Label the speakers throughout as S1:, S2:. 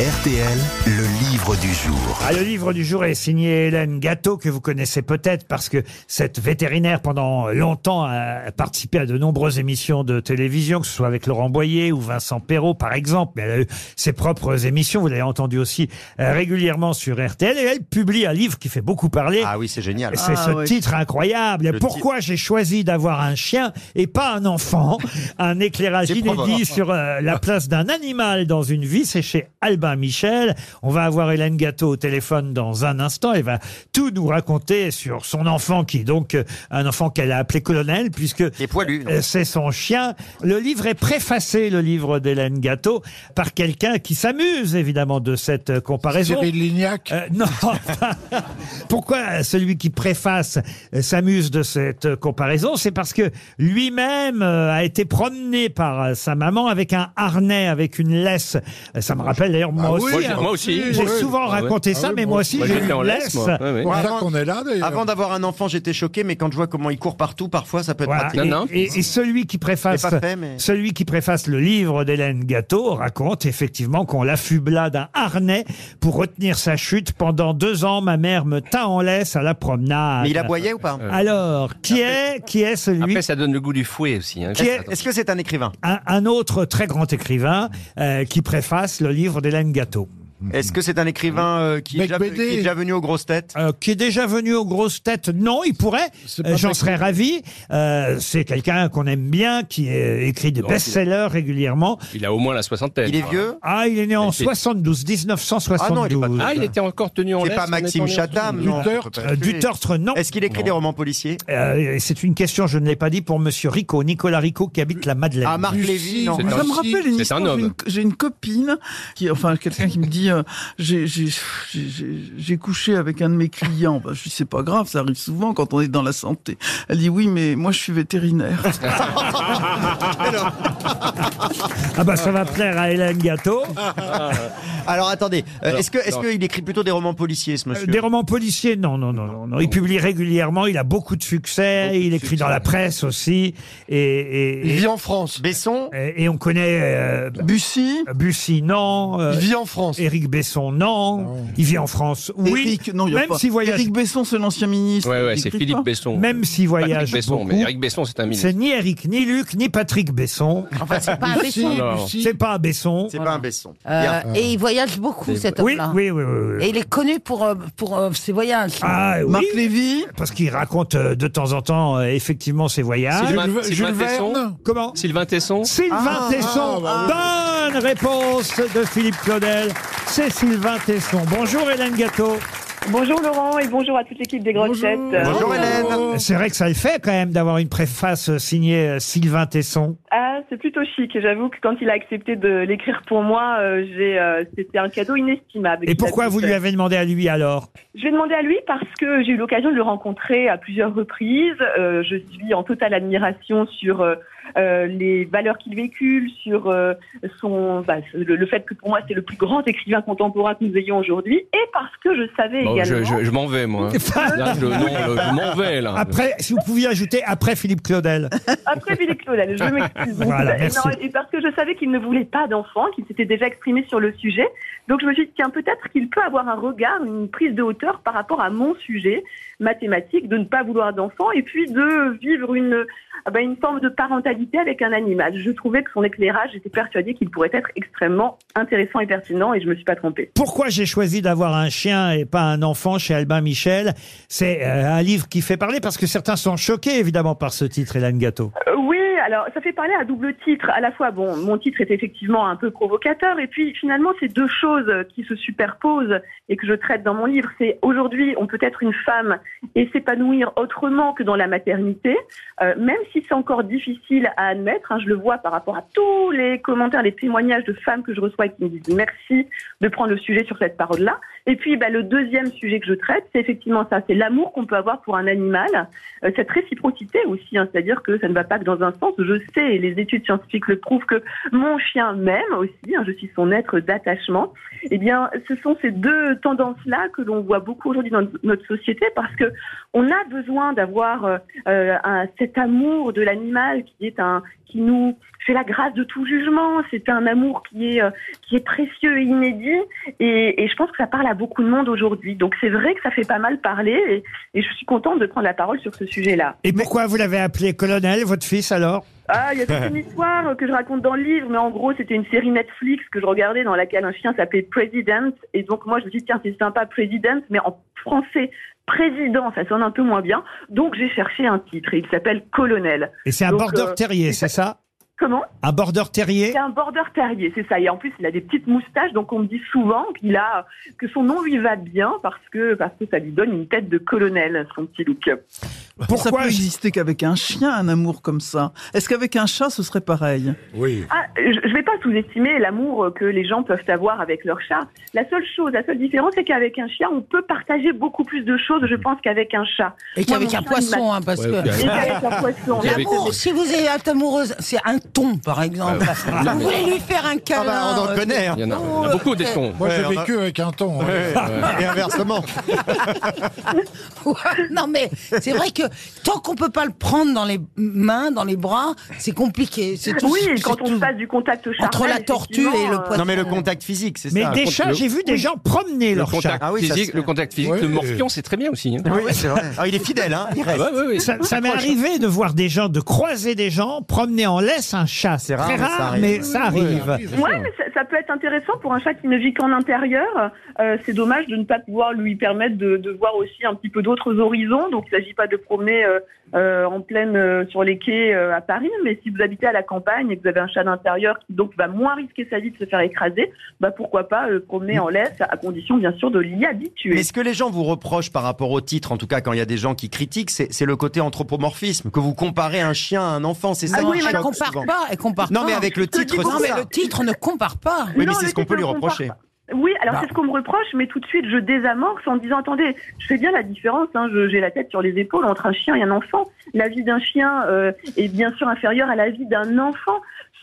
S1: RTL, le livre du jour.
S2: Ah, le livre du jour est signé Hélène Gâteau, que vous connaissez peut-être parce que cette vétérinaire, pendant longtemps, a participé à de nombreuses émissions de télévision, que ce soit avec Laurent Boyer ou Vincent Perrault, par exemple. Mais elle a eu ses propres émissions, vous l'avez entendu aussi euh, régulièrement sur RTL. Et elle publie un livre qui fait beaucoup parler.
S3: Ah oui, c'est génial.
S2: C'est ce titre incroyable. Pourquoi j'ai choisi d'avoir un chien et pas un enfant Un éclairage
S3: C'est provoque.
S2: inédit sur euh, la place d'un animal dans une vie. C'est chez Albin Michel. On va avoir Hélène Gâteau au téléphone dans un instant. Elle va tout nous raconter sur son enfant qui est donc euh, un enfant qu'elle a appelé colonel puisque
S3: Qui est poilu, non
S2: euh, c'est son chien. Le livre est préfacé, le livre d'Hélène Gâteau, par quelqu'un qui s'amuse évidemment de cette euh, comparaison.
S4: Cyril Lignac.
S2: Euh, non. Pourquoi celui qui préface euh, s'amuse de cette euh, comparaison C'est parce que lui-même euh, a été promené par euh, sa maman avec un harnais, avec une laisse. Euh, Ça me rappelle d'ailleurs moi
S4: Ah oui,
S2: aussi.
S4: moi, j'ai-
S2: hein.
S5: moi aussi.
S2: J'ai
S4: Oui.
S2: souvent
S5: Ah ouais.
S2: raconté ça,
S4: Ah oui,
S2: mais
S4: moi
S2: moi
S4: aussi.
S2: aussi
S5: Moi,
S2: j'ai
S5: j'étais
S2: eu
S5: en
S2: une
S5: laisse,
S2: laisse.
S5: moi. Ouais, ouais.
S4: C'est pour
S3: Avant-
S4: ça qu'on est là, d'ailleurs.
S3: Avant d'avoir un enfant, j'étais choqué, mais quand je vois comment il court partout, parfois, ça peut être
S2: Voilà.
S3: pratique.
S2: Et,
S5: Ah, Non, non.
S2: et- et celui qui préface,
S3: C'est pas fait, mais-
S2: celui qui préface le livre d'Hélène Gâteau raconte effectivement qu'on l'affubla d'un harnais pour retenir sa chute pendant deux ans. Ma mère me tint en laisse à la promenade.
S3: Mais il aboyait ou pas
S2: ah, Alors, qui est, qui est celui
S5: Après, ça donne le goût du fouet aussi. hein.
S2: Qui est-
S5: Attention.
S3: Eh, Est-ce que c'est un écrivain
S2: un, un autre très grand écrivain euh, qui préface le livre d'Hélène Gâteau.
S3: Est-ce que c'est un écrivain euh, qui, est
S4: Mec
S3: déjà,
S4: BD.
S3: qui est déjà venu aux grosses têtes
S2: Euh, qui est déjà venu aux grosses têtes Non, il pourrait.
S4: C'est
S2: Euh,
S4: pas
S2: J'en
S4: vrai.
S2: serais ravi. Euh, c'est quelqu'un qu'on aime bien, qui euh, écrit des best-sellers régulièrement.
S5: Il a au moins la soixantaine.
S3: Il est vieux
S2: Ah, il est né en
S5: c'est-
S2: 72, 1972.
S3: Ah non, il est pas très
S5: Ah, il était encore tenu en
S3: C'est
S5: laisse,
S3: pas
S5: on est
S3: Maxime
S5: en laisse.
S3: Chatham, non
S4: Duterte.
S3: on peut pas
S2: Euh,
S3: le tuer.
S2: du Tortre, non.
S3: Est-ce qu'il écrit des romans policiers
S2: Euh, c'est une question, je ne l'ai pas dit, pour Monsieur Rico, Nicolas Rico, qui habite la Madeleine.
S3: Ah, Marc
S4: Lucie,
S3: Lévy, non.
S5: c'est
S6: Ça me rappelle une
S5: C'est un
S6: histoire.
S5: homme.
S6: J'ai une, j'ai une copine, qui, enfin quelqu'un qui me dit euh, j'ai- j'ai j'ai- j'ai- j'ai couché avec un de mes clients. Bah, je dis c'est pas grave, ça arrive souvent quand on est dans la santé. Elle dit oui, mais moi je suis vétérinaire.
S2: Ah bah ça va plaire à Hélène Gâteau.
S3: Alors attendez, euh,
S5: Alors,
S3: est-ce que est-ce
S5: non.
S3: qu'il écrit plutôt des romans policiers, ce
S2: Euh,
S3: monsieur
S2: Des romans policiers, non, non, non, non, non. Il publie régulièrement, il a beaucoup de succès, il écrit dans la presse aussi, et,
S4: Il
S2: et,
S4: vit en France.
S3: Besson
S2: et- et on connaît euh,
S6: Bussy,
S2: Bussy, non, euh,
S4: Il vit en France.
S2: Éric Besson, non, il vit en France, oui,
S6: Ah Éric, non, il y a
S2: même
S6: pas.
S2: s'il voyage,
S6: Éric Besson, c'est l'ancien ministre.
S5: Ouais, ouais,
S6: Il
S5: c'est
S6: écrit
S5: Philippe
S6: pas.
S5: Besson.
S2: même s'il
S5: Pas Philippe
S2: voyage
S5: Besson,
S2: beaucoup,
S5: mais Eric Besson, c'est un ministre.
S2: c'est ni Éric, ni Luc, ni Patrick Besson,
S6: Ah,
S7: Pas un
S4: Lucie,
S7: Besson.
S5: Alors.
S4: Lucie.
S2: c'est pas un Besson.
S3: C'est pas un Besson.
S7: Euh,
S3: Bien.
S7: et il voyage beaucoup, cet
S2: Oui,
S7: homme-là.
S2: oui, oui, oui,
S7: Et
S2: oui.
S7: il est connu pour, euh, pour euh, ses voyages.
S2: Ah
S6: Marc
S2: oui,
S6: Lévy,
S2: parce qu'il raconte euh, de temps en temps euh, effectivement ses voyages.
S5: Sylvain-
S4: Jules,
S5: Sylvain
S4: Jules
S5: Tesson.
S4: Verne.
S2: Comment
S5: Sylvain Tesson
S2: Sylvain
S3: Ah, bah
S2: Tesson. Bonne réponse de Philippe Claudel. C'est Sylvain Tesson. Bonjour Hélène Gâteau.
S8: Bonjour Laurent et bonjour à toute l'équipe des grosses têtes. Euh,
S3: Bonjour
S4: Oh.
S3: Hélène.
S2: C'est vrai que ça le fait quand même d'avoir une préface euh, signée euh, Sylvain Tesson.
S8: Ah, c'est plutôt chic. J'avoue que quand il a accepté de l'écrire pour moi, euh, j'ai, euh, c'était un cadeau inestimable.
S2: Et pourquoi vous lui
S8: avez
S2: avez demandé à lui alors
S8: Je vais demander à lui parce que j'ai eu l'occasion de le rencontrer à plusieurs reprises. Euh, je suis en totale admiration sur euh, euh, les valeurs qu'il véhicule, sur euh, son, bah, le, le fait que pour moi c'est le plus grand écrivain contemporain que nous ayons aujourd'hui, et parce que je savais
S5: Bon, je,
S8: également.
S5: je- je m'en vais, moi. Là, je, non, là, je m'en vais,
S8: Ah,
S5: là.
S2: Après, si vous pouviez ajouter après Philippe Claudel.
S8: Après Philippe Claudel, je m'excuse.
S2: Voilà,
S8: et,
S2: merci.
S8: non, et parce que je savais qu'il ne voulait pas d'enfant, qu'il s'était déjà exprimé sur le sujet. Donc je me suis dit, tiens, peut-être qu'il peut avoir un regard, une prise de hauteur par rapport à mon sujet mathématique, de ne pas vouloir d'enfant et puis de vivre une, ah ben, une forme de parentalité avec un animal. Je trouvais que son éclairage, j'étais persuadée qu'il pourrait être extrêmement intéressant et pertinent et je me suis pas trompée.
S2: Pourquoi j'ai choisi d'avoir un chien et pas un enfant chez Albin Michel C'est euh, un livre qui fait parler parce que certains sont choqués évidemment par ce titre Hélène Gâteau.
S8: Euh, Oui, alors ça fait parler à double titre. À la fois, bon, mon titre est effectivement un peu provocateur, et puis finalement, c'est deux choses qui se superposent et que je traite dans mon livre. C'est aujourd'hui, on peut être une femme et s'épanouir autrement que dans la maternité, euh, même si c'est encore difficile à admettre. hein, je le vois par rapport à tous les commentaires, les témoignages de femmes que je reçois et qui me disent merci de prendre le sujet sur cette parole-là. Et puis, bah, le deuxième sujet que je traite, c'est effectivement ça, c'est l'amour qu'on peut avoir pour un animal, euh, cette réciprocité aussi, hein, c'est-à-dire que ça ne va pas que dans un sens. Je sais, et les études scientifiques le prouvent, que mon chien m'aime aussi, hein, je suis son être d'attachement. Eh bien, ce sont ces deux tendances-là que l'on voit beaucoup aujourd'hui dans notre société, parce que on a besoin d'avoir euh, euh, un- cet amour de l'animal qui est un qui nous fait la grâce de tout jugement. C'est un amour qui est euh, qui est précieux et inédit. Et, et je pense que ça parle à beaucoup de monde aujourd'hui. Donc c'est vrai que ça fait pas mal parler. Et, et je suis contente de prendre la parole sur ce sujet-là.
S2: Et pourquoi vous l'avez appelé colonel, votre fils, alors
S8: Ah, il y a toute une histoire que je raconte dans le livre, mais en gros, c'était une série Netflix que je regardais dans laquelle un chien s'appelait President. Et donc, moi, je me suis dit, tiens, c'est sympa, President, mais en français, président, ça sonne un peu moins bien. Donc, j'ai cherché un titre et il s'appelle Colonel.
S2: Et c'est un
S8: Donc,
S2: border
S8: euh,
S2: terrier,
S8: il-
S2: c'est ça
S8: Comment
S2: Un border terrier
S8: C'est un border terrier, c'est ça. Et en plus, il a des petites moustaches, donc on me dit souvent qu'il a, que son nom lui va bien parce que, parce que ça lui donne une tête de colonel, son petit look.
S6: ça peut
S2: Pourquoi
S6: exister qu'avec un chien, un amour comme ça. Est-ce qu'avec un chat, ce serait pareil
S1: Oui.
S8: Ah, je ne vais pas sous-estimer l'amour que les gens peuvent avoir avec leur chat. La seule chose, la seule différence, c'est qu'avec un chien, on peut partager beaucoup plus de choses, je pense, qu'avec un chat.
S7: Et qu'avec un
S8: Moi, mon chien, il m'a-
S7: poisson, hein, parce
S5: Ouais,
S7: que.
S5: ok.
S8: Et qu'avec un poisson.
S5: Avec-
S7: L'amour, si vous êtes amoureuse, c'est un ton, par exemple. Vous voulez lui faire un câlin.
S4: on en
S7: euh,
S4: connaît. hein.
S5: Il y en a,
S7: Non,
S5: il y en a beaucoup des
S7: c'est-
S5: tons.
S4: Moi,
S9: Ouais,
S4: je
S9: on
S4: vais
S9: a-
S4: que avec un ton. hein.
S9: Et inversement.
S7: euh, non, mais c'est vrai que tant qu'on peut pas le prendre dans les mains, dans les bras, c'est compliqué. C'est tout.
S8: Oui,
S7: c'est
S8: quand on
S7: tout.
S8: passe du contact charnel.
S7: Entre la tortue
S8: effectivement,
S7: et le
S8: euh,
S7: poisson.
S3: Non, mais le contact physique, c'est
S2: Mais
S3: ça.
S2: des
S5: contre,
S2: chats,
S5: le-
S2: j'ai vu des gens promener
S5: Le
S2: leur chat.
S5: contact
S3: Ah oui, ça,
S5: physique,
S3: c'est-
S5: le contact physique,
S4: Ouais.
S5: le morpion, c'est très bien aussi. Hein.
S3: Oui, c'est vrai. Ah, il est fidèle, hein. Il
S5: Ah
S3: reste.
S5: ouais, ouais, ouais.
S2: Ça, ça m'est arrivé de voir des gens, de croiser des gens promener en laisse un chat. C'est
S3: C'est
S2: très
S3: rare, mais ça
S2: rare,
S3: arrive.
S2: mais ça arrive.
S8: Ouais, mais ça, ça peut être intéressant pour un chat qui ne vit qu'en intérieur. Euh, c'est dommage de ne pas pouvoir lui permettre de, de voir aussi un petit peu d'autres horizons. Donc, il ne s'agit pas de promener euh, euh, en pleine euh, sur les quais euh, à Paris, mais si vous habitez à la campagne et que vous avez un chat d'intérieur qui donc va moins risquer sa vie de se faire écraser, bah pourquoi pas euh, promener en laisse à condition bien sûr de l'y habituer.
S3: Mais ce que les gens vous reprochent par rapport au titre, en tout cas quand il y a des gens qui critiquent, c'est c'est le côté anthropomorphisme, que vous comparez un chien à un enfant, c'est ça
S7: Ah
S3: qui
S7: oui, mais elle
S3: choque
S7: compare
S3: souvent.
S7: pas, elle compare
S3: Non,
S7: pas.
S3: mais avec le titre,
S7: Non,
S3: c'est
S7: mais
S3: ça.
S7: le titre ne compare pas.
S3: Oui, mais
S8: Non,
S3: c'est
S8: le
S3: ce qu'on peut
S8: titre
S3: lui
S8: ne compare
S3: reprocher.
S8: pas. Oui, alors c'est ce qu'on me reproche, mais tout de suite je désamorce en disant attendez, je fais bien la différence, hein, je- j'ai la tête sur les épaules entre un chien et un enfant. La vie d'un chien euh, est bien sûr inférieure à la vie d'un enfant.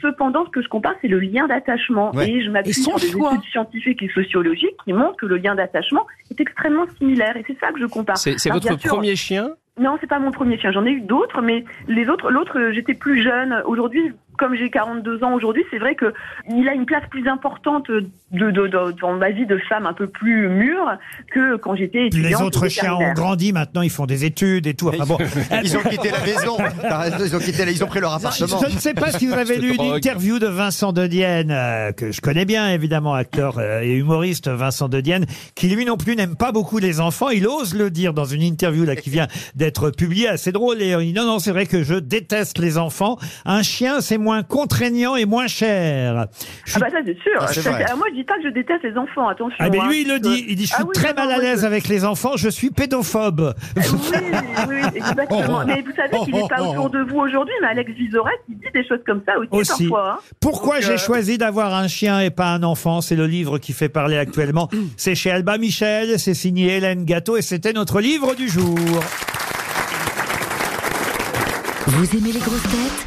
S8: Cependant, ce que je compare, c'est le lien d'attachement.
S3: Ouais.
S8: Et je m'appuie
S7: Et son
S8: sur des
S7: choix.
S8: études scientifiques et sociologiques qui montrent que le lien d'attachement est extrêmement similaire. Et c'est ça que je compare.
S5: C'est c'est
S8: Alors,
S5: votre
S8: bien sûr,
S5: premier chien
S8: non, c'est pas mon premier chien. J'en ai eu d'autres, mais les autres, l'autre, euh, j'étais plus jeune. Aujourd'hui, comme j'ai 42 ans aujourd'hui, c'est vrai que il a une place plus importante de, de, de- dans ma vie de femme un peu plus mûre que quand j'étais
S2: Puis
S8: étudiante.
S2: les
S8: ou
S2: autres chiens ont
S8: vétérinaire.
S2: grandi, maintenant ils font des études et tout. Enfin bon.
S3: Ils ont quitté la maison. T'as raison, Ils ont quitté, la- ils ont pris leur appartement.
S2: Je ne sais pas si vous avez
S5: Je
S2: lu
S5: te
S2: une
S5: drogue.
S2: interview de Vincent de Dienne, euh, que je connais bien évidemment, acteur euh, et humoriste Vincent de Dienne, qui lui non plus n'aime pas beaucoup les enfants. Il ose le dire dans une interview là qui vient d'être publiée, assez drôle. Et euh, il dit non, non, c'est vrai que je déteste les enfants. Un chien, c'est moins contraignant et moins cher. Je
S8: Ah
S2: suis-
S8: bah ça c'est sûr.
S3: Ah, c'est
S8: Ça,
S3: vrai.
S8: c'est- alors moi je dis pas que je déteste les enfants, attention.
S2: Ah, mais
S8: hein.
S2: lui, il le dit. Il dit, je Eh, suis
S8: Ah oui,
S2: très
S8: non,
S2: mal à
S8: non,
S2: l'aise
S8: mais-
S2: avec les enfants, je suis pédophobe.
S8: Oui, oui, exactement. Mais vous savez qu'il n'est pas autour de vous aujourd'hui, mais Alex Vizorek, il dit des choses comme ça aussi,
S2: Aussi.
S8: parfois. hein.
S2: Pourquoi
S8: Donc,
S2: j'ai
S8: euh,
S2: choisi d'avoir un chien et pas un enfant C'est le livre qui fait parler actuellement. C'est chez Alba Michel, c'est signé Hélène Gâteau et c'était notre livre du jour.
S10: Vous aimez les grosses têtes